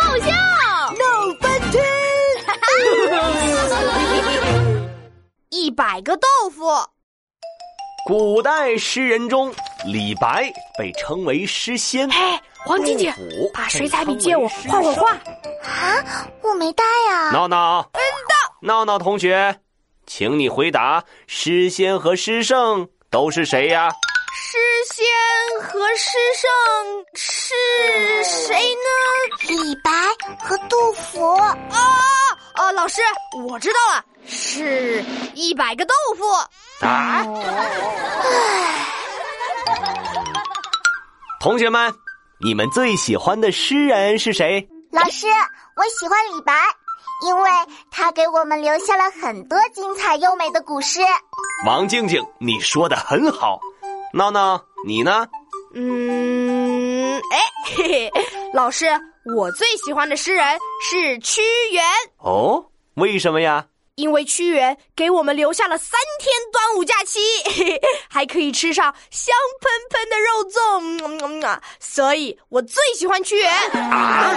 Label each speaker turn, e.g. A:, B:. A: 爆笑
B: 闹翻天！
A: 一百个豆腐，
C: 古代诗人中，李白被称为诗仙。
D: 嘿，黄金姐
C: 杜甫，
D: 把水彩笔借我画会儿画。
B: 我没带呀、
C: 闹闹，闹闹同学，请你回答：诗仙和诗圣都是谁呀？
A: 诗仙和诗圣是谁呢？
B: 李白和杜甫，
A: 哦，老师，我知道了，是一百个豆腐。
C: 啊！同学们，你们最喜欢的诗人是谁？
B: 老师，我喜欢李白，因为他给我们留下了很多精彩优美的古诗。
C: 王静静，你说的很好。闹闹，你呢？
A: 嗯，哎，嘿嘿，老师，我最喜欢的诗人是屈原，
C: 哦，为什么呀？
A: 因为屈原给我们留下了三天端午假期， 嘿嘿还可以吃上香喷喷的肉粽，嗯嗯嗯嗯啊所以我最喜欢屈原。
C: 啊！